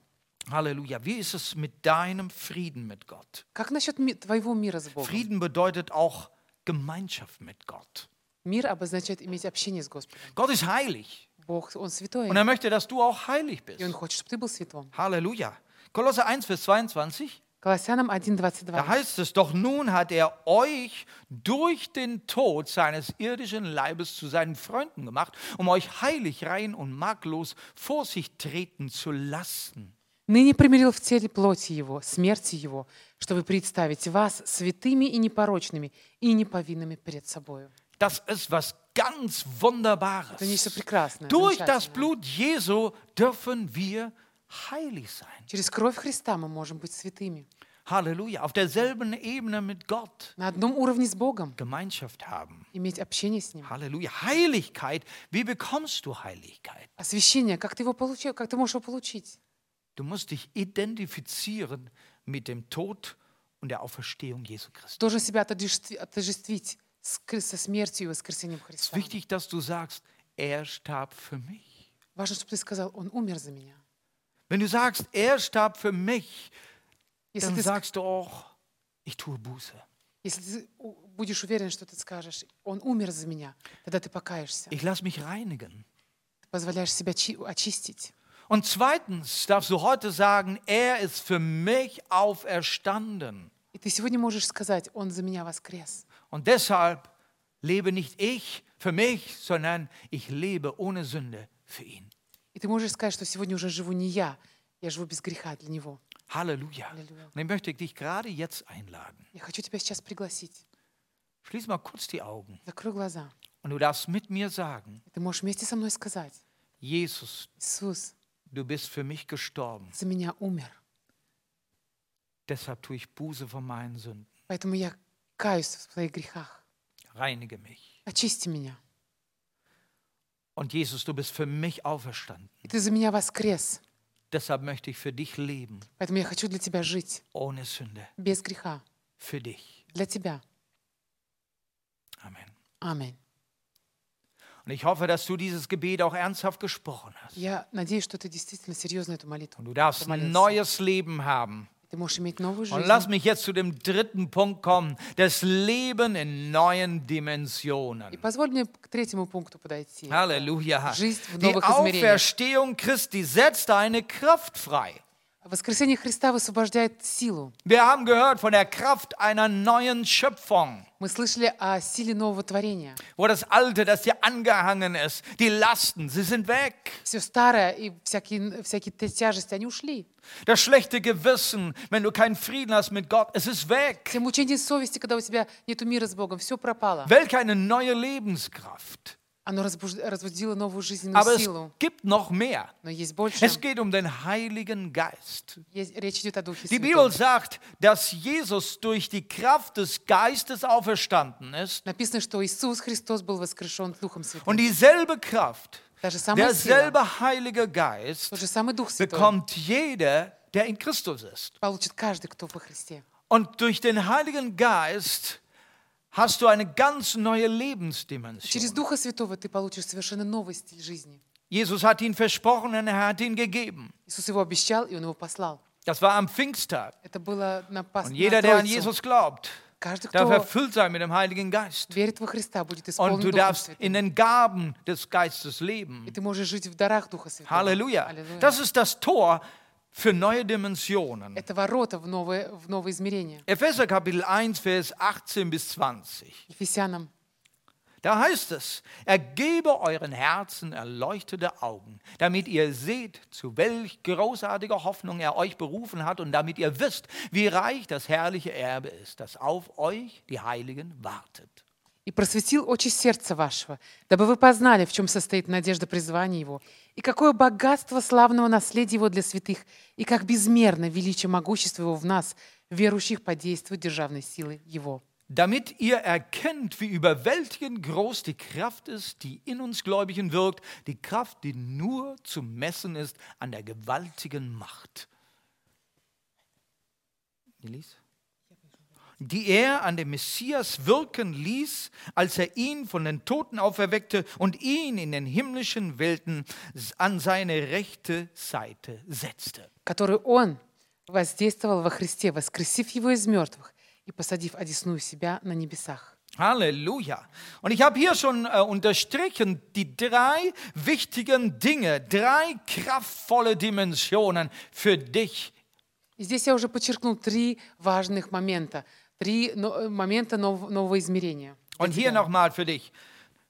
Speaker 1: Halleluja. Wie ist es mit deinem Frieden mit Gott?
Speaker 2: Как насчет ми- твоего мира с Богом?
Speaker 1: Frieden bedeutet auch Gemeinschaft mit Gott.
Speaker 2: Мир обозначает иметь общение с Господом.
Speaker 1: Gott ist heilig
Speaker 2: Бог, Он святой,
Speaker 1: und er möchte, dass du auch heilig
Speaker 2: и Он
Speaker 1: bist.
Speaker 2: хочет, чтобы ты был святым.
Speaker 1: Halleluja. Kolosser 1, Vers 22,
Speaker 2: Колоссянам
Speaker 1: da
Speaker 2: 1.22.
Speaker 1: heißt es, doch nun hat er euch durch den Tod seines irdischen Leibes zu seinen Freunden gemacht, um euch heilig, rein und makellos vor sich treten zu lassen.
Speaker 2: «Ныне примирил в теле плоти Его, смерти Его, чтобы представить вас святыми и непорочными, и неповинными перед Собою».
Speaker 1: Das ist was ganz
Speaker 2: Это нечто
Speaker 1: Wunderbares.
Speaker 2: прекрасное,
Speaker 1: Durch das
Speaker 2: замечательное.
Speaker 1: Blut Jesu dürfen wir heilig sein.
Speaker 2: Через кровь Христа мы можем быть святыми.
Speaker 1: Halleluja. Auf derselben Ebene mit Gott
Speaker 2: На одном уровне с Богом
Speaker 1: Gemeinschaft haben.
Speaker 2: иметь общение с Ним.
Speaker 1: Halleluja. Heiligkeit. Wie bekommst du Heiligkeit?
Speaker 2: Освящение, как ты его получил, как ты можешь его получить?
Speaker 1: Du musst dich identifizieren mit dem Tod und der Auferstehung Jesu Christi.
Speaker 2: Тоже себя отождестви- отождествить с кр- со смертью и воскресением
Speaker 1: Es ist
Speaker 2: Христа.
Speaker 1: wichtig, dass du sagst, er starb für mich.
Speaker 2: Важно, чтобы ты сказал, он умер за меня.
Speaker 1: Wenn du sagst, er starb für mich,
Speaker 2: Если
Speaker 1: dann
Speaker 2: ты, ск-
Speaker 1: sagst du auch, ich tue Buße.
Speaker 2: если ты у- будешь уверен, что ты скажешь, он умер за меня, тогда ты покаешься.
Speaker 1: Ich lasse mich reinigen.
Speaker 2: Ты позволяешь себя чи- очистить.
Speaker 1: Und zweitens darfst du heute sagen, er ist für mich auferstanden.
Speaker 2: И ты сегодня можешь сказать, он за меня воскрес.
Speaker 1: Und deshalb lebe nicht ich für mich, sondern ich lebe ohne Sünde für ihn.
Speaker 2: И ты можешь сказать, что сегодня уже живу не я, я живу без греха для него.
Speaker 1: Halleluja.
Speaker 2: Halleluja.
Speaker 1: Und ich möchte dich gerade jetzt einladen.
Speaker 2: Я хочу тебя сейчас пригласить.
Speaker 1: Schließ mal kurz die Augen
Speaker 2: Закрой глаза.
Speaker 1: und du darfst mit mir sagen,
Speaker 2: И Ты можешь вместе со мной сказать,
Speaker 1: Jesus,
Speaker 2: Иисус
Speaker 1: du bist für mich gestorben.
Speaker 2: за меня умер.
Speaker 1: Deshalb tue ich Buße von meinen Sünden.
Speaker 2: Поэтому я каюсь в своих грехах.
Speaker 1: Reinige mich.
Speaker 2: Очисти меня.
Speaker 1: Und Jesus, du bist für mich auferstanden.
Speaker 2: И ты за меня воскрес.
Speaker 1: Deshalb möchte ich für dich leben,
Speaker 2: Поэтому я хочу для тебя жить
Speaker 1: ohne Sünde.
Speaker 2: без греха.
Speaker 1: Für dich.
Speaker 2: Для тебя.
Speaker 1: Amen.
Speaker 2: Аминь.
Speaker 1: Und ich hoffe, dass du dieses Gebet auch ernsthaft gesprochen hast.
Speaker 2: Я надеюсь, что ты действительно серьезно эту молитву
Speaker 1: Und du darfst ein
Speaker 2: помолился.
Speaker 1: neues Leben haben.
Speaker 2: Ты можешь иметь новую
Speaker 1: Und
Speaker 2: жизнь.
Speaker 1: lass mich jetzt zu dem dritten Punkt kommen, das Leben in neuen Dimensionen.
Speaker 2: И позволь мне к третьему пункту подойти.
Speaker 1: А? Halleluja.
Speaker 2: Жизнь в
Speaker 1: Die
Speaker 2: новых измерениях.
Speaker 1: Auferstehung Christi setzt eine Kraft frei.
Speaker 2: Воскресение Христа высвобождает силу.
Speaker 1: Wir haben gehört von der Kraft einer neuen Schöpfung,
Speaker 2: Мы слышали о силе нового творения.
Speaker 1: wo das Alte, das dir angehangen ist, die Lasten, sie sind weg.
Speaker 2: Все старое и всякие, всякие те- тяжести, они ушли.
Speaker 1: Das schlechte Gewissen, wenn du keinen Frieden hast mit Gott, es ist weg.
Speaker 2: Все мучения совести, когда у тебя нет мира с Богом, все пропало.
Speaker 1: Welch eine neue Lebenskraft.
Speaker 2: Оно разбуж- разбудило новую жизненную
Speaker 1: Aber es
Speaker 2: силу.
Speaker 1: gibt noch mehr.
Speaker 2: Но есть больше.
Speaker 1: Es geht um den Heiligen Geist.
Speaker 2: Есть- речь идет о Духе
Speaker 1: Die Bibel
Speaker 2: Святом.
Speaker 1: sagt, dass Jesus durch die Kraft des Geistes auferstanden ist
Speaker 2: Написано, что Иисус Христос был воскрешен Духом Святым.
Speaker 1: und dieselbe Kraft,
Speaker 2: Та же самая сила,
Speaker 1: derselbe Heilige Geist
Speaker 2: тот же самый Дух Святой
Speaker 1: bekommt jeder, der in Christus ist.
Speaker 2: получит каждый, кто во Христе.
Speaker 1: Und durch den Heiligen Geist hast du eine ganz neue
Speaker 2: Через
Speaker 1: Lebensdimension.
Speaker 2: Духа Святого ты получишь совершенно новый стиль жизни.
Speaker 1: Jesus hat ihn versprochen und er hat ihn gegeben.
Speaker 2: Иисус его обещал, и Он его послал.
Speaker 1: Das war am Pfingsttag.
Speaker 2: Это было на Пасху,
Speaker 1: Und
Speaker 2: на
Speaker 1: jeder, der an
Speaker 2: Троицу.
Speaker 1: Jesus glaubt,
Speaker 2: Каждый, кто
Speaker 1: darf erfüllt sein mit dem Heiligen Geist.
Speaker 2: верит во Христа, будет исполнен
Speaker 1: Und du
Speaker 2: Духом
Speaker 1: darfst
Speaker 2: Святым.
Speaker 1: in den Gaben des Geistes leben.
Speaker 2: И ты можешь жить в дарах Духа Святого.
Speaker 1: Halleluja.
Speaker 2: Аллилуйя.
Speaker 1: Das ist das Tor für neue Dimensionen.
Speaker 2: Это ворота в новое, в новое измерение.
Speaker 1: Epheser Kapitel 1, Vers 18 bis 20.
Speaker 2: Ефесянам
Speaker 1: Da heißt es, er gebe euren Herzen erleuchtete Augen, damit ihr seht, zu welch großartiger Hoffnung er euch berufen hat und damit ihr wisst, wie reich das herrliche Erbe ist, das auf euch, die Heiligen, wartet.
Speaker 2: «И просветил очи сердца вашего, дабы вы познали, в чем состоит надежда призвания его, и какое богатство славного наследия его для святых, и как безмерно величие могущества его в нас, верующих по действию державной силы его».
Speaker 1: Damit ihr erkennt, wie überwältigend groß die Kraft ist, die in uns Gläubigen wirkt, die Kraft, die nur zu messen ist an der gewaltigen Macht. Elise? die er an dem Messias wirken ließ, als er ihn von den Toten auferweckte und ihn in den himmlischen Welten an seine rechte Seite setzte.
Speaker 2: которую Он воздействовал во Христе, воскресив Его из мертвых и посадив одесную себя на небесах.
Speaker 1: Halleluja. Und ich habe hier schon äh, unterstrichen die drei wichtigen Dinge, drei kraftvolle Dimensionen für dich.
Speaker 2: И здесь я уже подчеркнул три важных момента, три но- э, момента нов- нового измерения.
Speaker 1: Und hier nochmal für dich.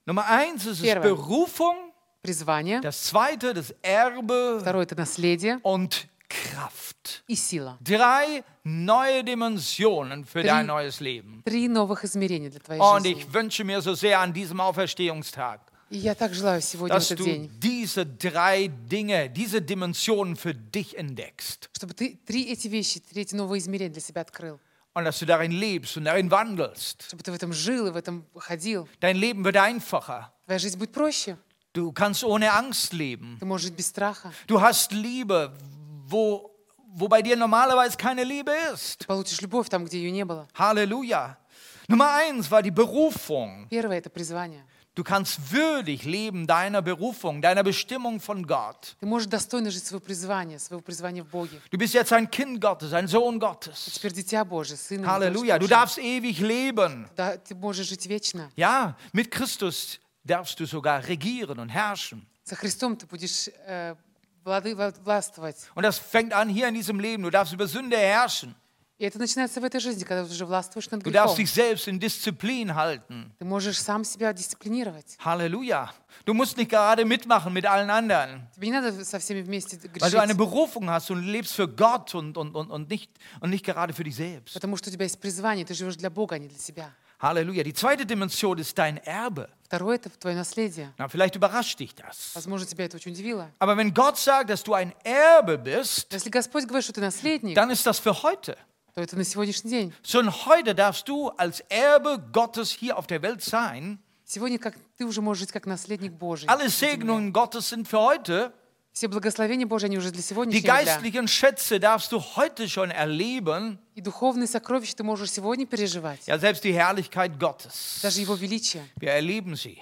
Speaker 1: Nummer eins ist es
Speaker 2: Первое.
Speaker 1: Berufung,
Speaker 2: Призвание,
Speaker 1: das zweite das Erbe
Speaker 2: второе — это наследие
Speaker 1: und Kraft.
Speaker 2: и сила.
Speaker 1: Drei neue Dimensionen für
Speaker 2: Drei-
Speaker 1: dein neues Leben.
Speaker 2: Три новых измерения для твоей
Speaker 1: Und
Speaker 2: жизни.
Speaker 1: ich wünsche mir so sehr an diesem Auferstehungstag,
Speaker 2: И я так желаю сегодня, в
Speaker 1: dass
Speaker 2: этот
Speaker 1: du
Speaker 2: день,
Speaker 1: diese drei Dinge, diese Dimensionen für dich entdeckst.
Speaker 2: чтобы ты три эти вещи, три эти новые измерения для себя открыл.
Speaker 1: und dass du darin lebst und darin wandelst.
Speaker 2: Чтобы ты в этом жил и в этом ходил.
Speaker 1: Dein Leben wird einfacher.
Speaker 2: Твоя жизнь будет проще.
Speaker 1: Du kannst ohne Angst leben.
Speaker 2: Ты можешь жить без страха.
Speaker 1: Du hast Liebe, wo, wo bei dir normalerweise keine Liebe ist.
Speaker 2: Ты получишь любовь там, где ее не было.
Speaker 1: Halleluja. Nummer eins war die Berufung.
Speaker 2: Первое — это призвание.
Speaker 1: Du kannst würdig leben deiner Berufung, deiner Bestimmung von Gott.
Speaker 2: Ты можешь достойно жить свое призвание, своего призвания в Боге.
Speaker 1: Du bist jetzt ein Kind Gottes, ein Sohn Gottes.
Speaker 2: Теперь дитя Божие, сын.
Speaker 1: Halleluja. Du darfst ewig leben.
Speaker 2: Да, ты можешь жить вечно.
Speaker 1: Ja, mit Christus darfst du sogar regieren und herrschen.
Speaker 2: За Христом ты будешь э, влады- вла- властвовать.
Speaker 1: Und das fängt an hier in diesem Leben. Du darfst über Sünde herrschen.
Speaker 2: И это начинается в этой жизни, когда ты уже властвуешь над
Speaker 1: Du darfst
Speaker 2: грехом.
Speaker 1: dich selbst in Disziplin halten.
Speaker 2: Ты можешь сам себя дисциплинировать.
Speaker 1: Halleluja. Du musst nicht gerade mitmachen mit allen anderen,
Speaker 2: Тебе не надо со всеми вместе
Speaker 1: weil du eine
Speaker 2: грешить,
Speaker 1: Berufung hast und lebst für Gott und, und, und, und, nicht, und nicht gerade für dich selbst.
Speaker 2: потому что у тебя есть призвание, ты живешь для Бога, а не для себя.
Speaker 1: Halleluja. Die zweite Dimension ist dein Erbe.
Speaker 2: Второе — это твое наследие.
Speaker 1: Na, vielleicht überrascht dich das.
Speaker 2: Возможно, тебя это очень удивило.
Speaker 1: Aber wenn Gott sagt, dass du ein Erbe bist,
Speaker 2: Но если Господь говорит, что ты наследник,
Speaker 1: dann ist das für heute.
Speaker 2: то это на сегодняшний день.
Speaker 1: Schon heute darfst du als Erbe Gottes hier auf der Welt sein.
Speaker 2: Сегодня как ты уже можешь жить как наследник Божий.
Speaker 1: Alle Segnungen Gottes sind für heute.
Speaker 2: Все благословения Божьи, они уже для
Speaker 1: Die
Speaker 2: сегодняшнего дня.
Speaker 1: geistlichen Schätze darfst du heute schon erleben.
Speaker 2: И духовные сокровища ты можешь сегодня переживать.
Speaker 1: Ja, selbst die Herrlichkeit Gottes.
Speaker 2: Даже Его величие.
Speaker 1: Wir erleben sie.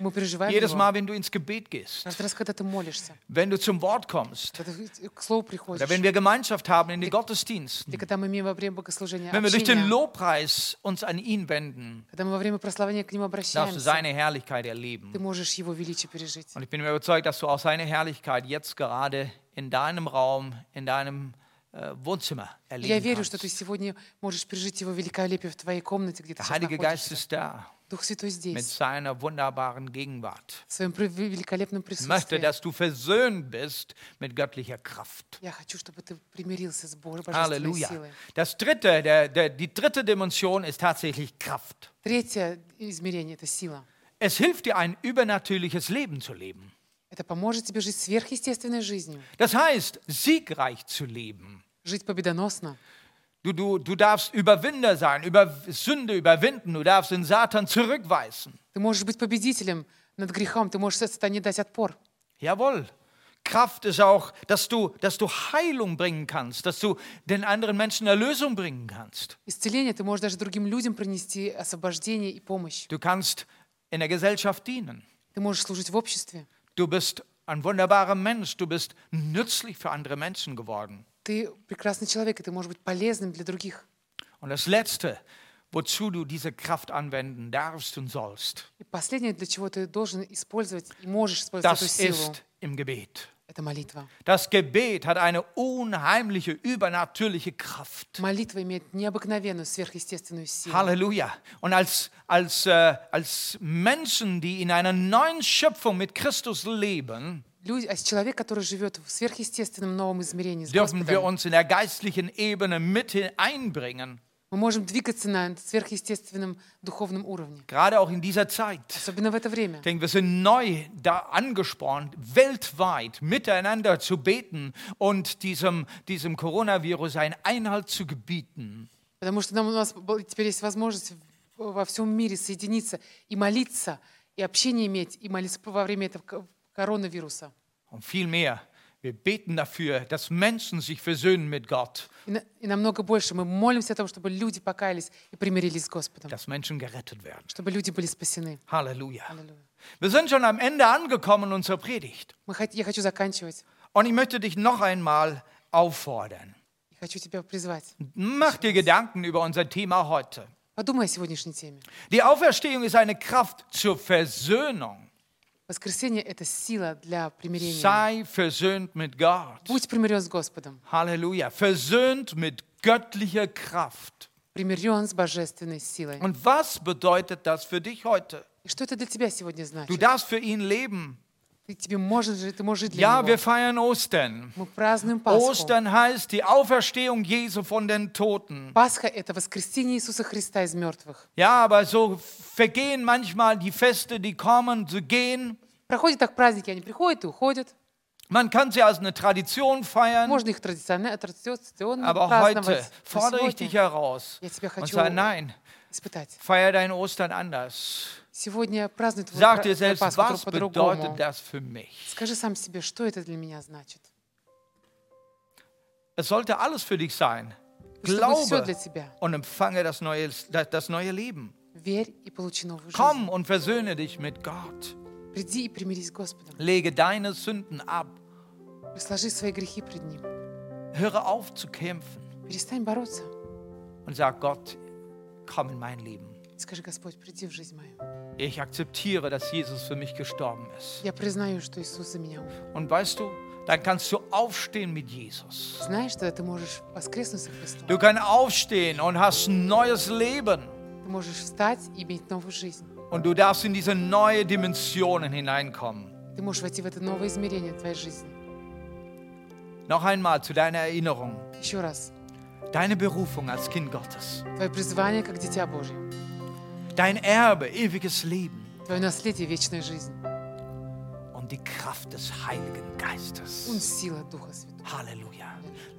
Speaker 2: Мы переживаем
Speaker 1: Jedes
Speaker 2: его.
Speaker 1: Mal, wenn du ins Gebet gehst,
Speaker 2: Каждый раз, когда ты молишься,
Speaker 1: wenn du zum Wort kommst,
Speaker 2: когда ты к слову приходишь,
Speaker 1: oder wenn wir Gemeinschaft haben in den Gottesdiensten,
Speaker 2: или когда мы имеем во время богослужения
Speaker 1: wenn wir durch den
Speaker 2: общение,
Speaker 1: Lobpreis uns an ihn wenden,
Speaker 2: когда мы во время прославления к Нему
Speaker 1: darfst du
Speaker 2: обращаемся,
Speaker 1: seine Herrlichkeit erleben.
Speaker 2: ты можешь Его величие пережить.
Speaker 1: Und ich bin mir überzeugt, dass du auch seine Herrlichkeit jetzt gerade in deinem Raum, in deinem äh, Wohnzimmer
Speaker 2: Я
Speaker 1: erleben
Speaker 2: верю, что
Speaker 1: kannst.
Speaker 2: ты сегодня можешь пережить его великолепие в твоей комнате, где ты
Speaker 1: Der
Speaker 2: сейчас
Speaker 1: Heilige Geist
Speaker 2: находишься.
Speaker 1: ist da
Speaker 2: Дух Святой
Speaker 1: mit
Speaker 2: здесь,
Speaker 1: seiner wunderbaren Gegenwart.
Speaker 2: в своем прев- великолепном
Speaker 1: Ich möchte,
Speaker 2: присутствии.
Speaker 1: dass du versöhnt bist mit göttlicher Kraft.
Speaker 2: Я хочу, чтобы ты примирился с Божьей божественной
Speaker 1: Halleluja.
Speaker 2: силой.
Speaker 1: Das dritte, der, der, die dritte Dimension ist tatsächlich Kraft.
Speaker 2: Третье измерение – это сила.
Speaker 1: Es hilft dir, ein übernatürliches Leben zu leben.
Speaker 2: Это поможет тебе жить сверхъестественной жизнью,
Speaker 1: Das heißt, siegreich zu leben.
Speaker 2: жить победоносно.
Speaker 1: Du, du, du darfst Überwinder sein, über Sünde überwinden, du darfst den Satan zurückweisen.
Speaker 2: Ты можешь быть победителем над грехом, ты можешь сатане дать отпор.
Speaker 1: Jawohl. Kraft ist auch, dass du, dass du Heilung bringen kannst, dass du den anderen Menschen Erlösung bringen kannst.
Speaker 2: Исцеление ты можешь даже другим людям принести освобождение и помощь.
Speaker 1: Du kannst in der Gesellschaft dienen.
Speaker 2: Ты можешь служить в обществе.
Speaker 1: Du bist ein wunderbarer Mensch, du bist nützlich für andere Menschen geworden.
Speaker 2: Ты прекрасный человек, и ты можешь быть полезным для других.
Speaker 1: Und das Letzte, wozu du diese Kraft anwenden darfst und sollst,
Speaker 2: И последнее, для чего ты должен использовать и можешь использовать эту
Speaker 1: das
Speaker 2: силу,
Speaker 1: ist im Gebet.
Speaker 2: это молитва.
Speaker 1: Das Gebet hat eine unheimliche, übernatürliche Kraft.
Speaker 2: Молитва имеет необыкновенную сверхъестественную силу.
Speaker 1: Halleluja. Und als, als, äh, als Menschen, die in einer neuen Schöpfung mit Christus leben,
Speaker 2: Люди, а человек, который живет в сверхъестественном новом измерении с
Speaker 1: dürfen wir
Speaker 2: Господом,
Speaker 1: uns in der geistlichen Ebene mit einbringen,
Speaker 2: мы можем двигаться на сверхъестественном духовном уровне.
Speaker 1: gerade auch in dieser Zeit.
Speaker 2: Особенно в это время.
Speaker 1: Ich denke, wir sind neu da angespornt, weltweit miteinander zu beten und diesem, diesem Coronavirus einen Einhalt zu gebieten.
Speaker 2: Потому что нам, у нас был- теперь есть возможность в- во всем мире соединиться и молиться, и общение иметь, и молиться во время этого ко- коронавируса.
Speaker 1: Und vielmehr, wir beten dafür, dass Menschen sich versöhnen mit Gott,
Speaker 2: И, на- и намного больше мы молимся о том, чтобы люди покаялись и примирились с Господом,
Speaker 1: dass Menschen gerettet werden.
Speaker 2: чтобы люди были спасены.
Speaker 1: Halleluja.
Speaker 2: Аллилуйя.
Speaker 1: Wir sind schon am Ende angekommen unserer Predigt.
Speaker 2: Мы хот- я хочу заканчивать.
Speaker 1: Und ich möchte dich noch einmal auffordern.
Speaker 2: Я хочу тебя призвать.
Speaker 1: Mach dir Gedanken über unser Thema heute.
Speaker 2: Подумай о сегодняшней теме.
Speaker 1: Die Auferstehung ist eine Kraft zur Versöhnung.
Speaker 2: Воскресение — это сила для примирения.
Speaker 1: Sei versöhnt mit Gott.
Speaker 2: Будь примирен с Господом,
Speaker 1: Halleluja. Versöhnt mit göttlicher Kraft.
Speaker 2: примирен с божественной силой.
Speaker 1: Und was bedeutet das für dich heute?
Speaker 2: И что это для тебя сегодня
Speaker 1: Du
Speaker 2: значит?
Speaker 1: darfst für ihn leben.
Speaker 2: Ты, тебе можешь, жи- ты можешь жить для
Speaker 1: Ja, wir
Speaker 2: Него.
Speaker 1: feiern Ostern.
Speaker 2: Мы празднуем Пасху.
Speaker 1: Ostern heißt die Auferstehung Jesu von den Toten.
Speaker 2: Пасха — это воскресение Иисуса Христа из мертвых.
Speaker 1: Ja, aber so vergehen manchmal die Feste, die kommen, sie gehen.
Speaker 2: Проходят так праздники, они приходят и уходят.
Speaker 1: Man kann sie als eine Tradition feiern,
Speaker 2: Можно их традиционно, э, традиционно
Speaker 1: aber auch heute
Speaker 2: праздновать. Но
Speaker 1: fordere ich dich
Speaker 2: сегодня
Speaker 1: heraus
Speaker 2: я тебя
Speaker 1: und
Speaker 2: хочу
Speaker 1: sage, nein,
Speaker 2: испытать.
Speaker 1: feier dein Ostern anders.
Speaker 2: Сегодня празднуют твою
Speaker 1: Sag
Speaker 2: пра-
Speaker 1: dir
Speaker 2: твою
Speaker 1: selbst,
Speaker 2: Пасху
Speaker 1: was
Speaker 2: друг по-другому.
Speaker 1: bedeutet das für mich?
Speaker 2: Скажи сам себе, что это для меня значит.
Speaker 1: Es sollte alles für dich sein.
Speaker 2: Пусть это будет все для
Speaker 1: Glaube
Speaker 2: тебя.
Speaker 1: und empfange das neue, das, das neue Leben.
Speaker 2: Верь и получи новую жизнь.
Speaker 1: Komm und versöhne dich mit Gott.
Speaker 2: Приди и примирись с Господом.
Speaker 1: Lege deine Sünden ab.
Speaker 2: Сложи свои грехи пред Ним.
Speaker 1: Höre auf zu kämpfen
Speaker 2: Перестань бороться.
Speaker 1: und sag Gott, komm in mein Leben.
Speaker 2: Скажи, Господь, приди в жизнь мою.
Speaker 1: Ich akzeptiere, dass Jesus für mich gestorben ist.
Speaker 2: Я признаю, что Иисус за меня умер.
Speaker 1: Und weißt du, dann kannst du aufstehen mit Jesus.
Speaker 2: Знаешь, тогда ты можешь воскреснуть со Христом.
Speaker 1: Du kannst aufstehen und hast ein neues Leben.
Speaker 2: Ты можешь встать и иметь новую жизнь.
Speaker 1: Und du darfst in diese neue Dimensionen hineinkommen.
Speaker 2: Ты можешь войти в это новое измерение твоей жизни.
Speaker 1: Noch einmal zu deiner Erinnerung.
Speaker 2: Еще раз.
Speaker 1: Deine Berufung als Kind Gottes.
Speaker 2: Твое призвание как дитя Божье.
Speaker 1: dein Erbe, ewiges Leben
Speaker 2: Твое наследие — вечная жизнь.
Speaker 1: und die Kraft des Heiligen
Speaker 2: Он
Speaker 1: Geistes.
Speaker 2: сила Духа Святого.
Speaker 1: Halleluja.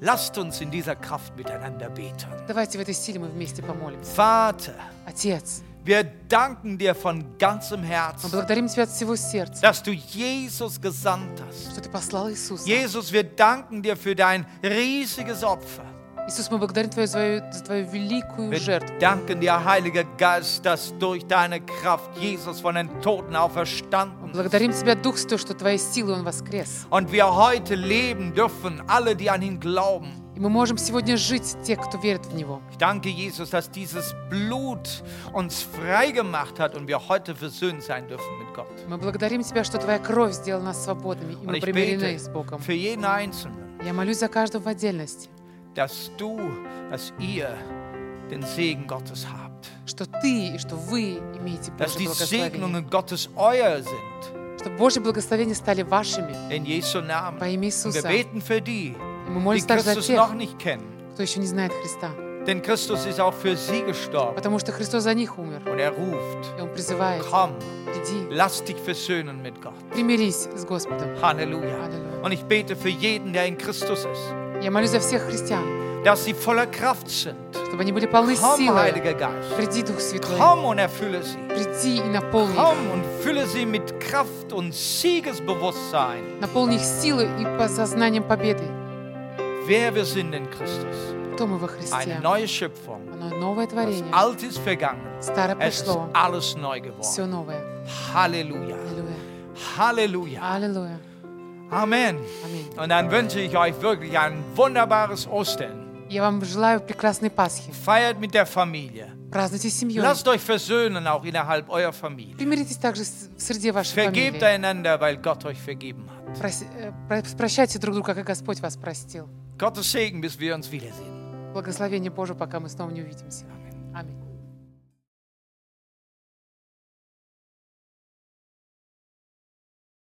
Speaker 1: Lasst uns in dieser Kraft miteinander beten.
Speaker 2: Давайте в этой силе мы вместе помолимся.
Speaker 1: Vater,
Speaker 2: Отец,
Speaker 1: wir danken dir von ganzem
Speaker 2: мы
Speaker 1: Herzen,
Speaker 2: благодарим Тебя от всего сердца,
Speaker 1: dass du Jesus gesandt hast.
Speaker 2: что Ты послал Иисуса.
Speaker 1: Jesus, wir danken dir für dein riesiges Opfer.
Speaker 2: Иисус, мы благодарим Твою, за- за Твою великую
Speaker 1: Wir
Speaker 2: жертву.
Speaker 1: danken dir, Heiliger Geist, dass durch deine Kraft Jesus von den Toten auferstanden ist.
Speaker 2: Благодарим Тебя, Дух Святой, что Твоей силой Он воскрес.
Speaker 1: Und wir heute leben dürfen, alle, die an ihn glauben.
Speaker 2: И мы можем сегодня жить, те, кто верит в Него.
Speaker 1: Ich danke, Jesus, dass dieses Blut uns frei gemacht hat und wir heute versöhnt sein dürfen mit Gott.
Speaker 2: Мы благодарим Тебя, что Твоя кровь сделала нас свободными, и
Speaker 1: Und
Speaker 2: мы
Speaker 1: ich
Speaker 2: примирены
Speaker 1: bete
Speaker 2: с Богом.
Speaker 1: für jeden Einzelnen,
Speaker 2: Я молюсь за каждого в отдельности,
Speaker 1: dass du, dass ihr den Segen Gottes habt.
Speaker 2: что ты и что вы имеете
Speaker 1: Dass
Speaker 2: Божье
Speaker 1: die
Speaker 2: благословение,
Speaker 1: Segnungen Gottes euer sind.
Speaker 2: чтобы Божьи благословения стали вашими.
Speaker 1: In Jesu Namen.
Speaker 2: Во имя
Speaker 1: Und wir
Speaker 2: Иисуса. И
Speaker 1: beten für die,
Speaker 2: мы
Speaker 1: die
Speaker 2: молимся также за
Speaker 1: Christus noch
Speaker 2: тех,
Speaker 1: nicht kennen.
Speaker 2: кто еще не знает Христа,
Speaker 1: Denn Christus ist auch für sie gestorben.
Speaker 2: потому что Христос за них умер.
Speaker 1: Und er ruft,
Speaker 2: И Он призывает,
Speaker 1: komm,
Speaker 2: иди,
Speaker 1: lass dich versöhnen mit Gott.
Speaker 2: примирись с Господом.
Speaker 1: Halleluja.
Speaker 2: Аллилуйя.
Speaker 1: Und ich bete für jeden, der in Christus ist,
Speaker 2: Я молюсь за всех христиан,
Speaker 1: dass sie voller Kraft sind.
Speaker 2: чтобы они были полны
Speaker 1: Komm,
Speaker 2: силы.
Speaker 1: Heiliger Geist.
Speaker 2: Приди, Дух Святой,
Speaker 1: Komm und erfülle sie.
Speaker 2: приди и наполни их.
Speaker 1: Komm und fülle sie mit Kraft und Siegesbewusstsein,
Speaker 2: Наполни их силой и по сознанием победы.
Speaker 1: wer wir sind in Christus.
Speaker 2: Кто мы во
Speaker 1: Eine
Speaker 2: Христе?
Speaker 1: neue Schöpfung.
Speaker 2: Оно новое
Speaker 1: Das
Speaker 2: творение.
Speaker 1: Alte ist vergangen.
Speaker 2: Старое
Speaker 1: Es ist
Speaker 2: прошло.
Speaker 1: alles neu
Speaker 2: Все
Speaker 1: geworden.
Speaker 2: новое.
Speaker 1: Halleluja.
Speaker 2: Аллилуйя.
Speaker 1: Halleluja.
Speaker 2: Аллилуйя.
Speaker 1: Amen.
Speaker 2: Аминь.
Speaker 1: Und dann wünsche ich euch wirklich ein wunderbares Ostern.
Speaker 2: Я вам желаю прекрасной Пасхи.
Speaker 1: Feiert mit der Familie.
Speaker 2: Празднуйте с семьей.
Speaker 1: Lasst euch versöhnen, auch innerhalb eurer Familie.
Speaker 2: Примиритесь также с- в среде вашей
Speaker 1: Vergebt
Speaker 2: фамилии.
Speaker 1: einander, weil Gott euch vergeben hat.
Speaker 2: Проси- э, про- прощайте друг друга, как и Господь вас простил.
Speaker 1: Gottes Segen, bis wir uns wiedersehen.
Speaker 2: Благословение Божие, пока мы снова не увидимся. Аминь.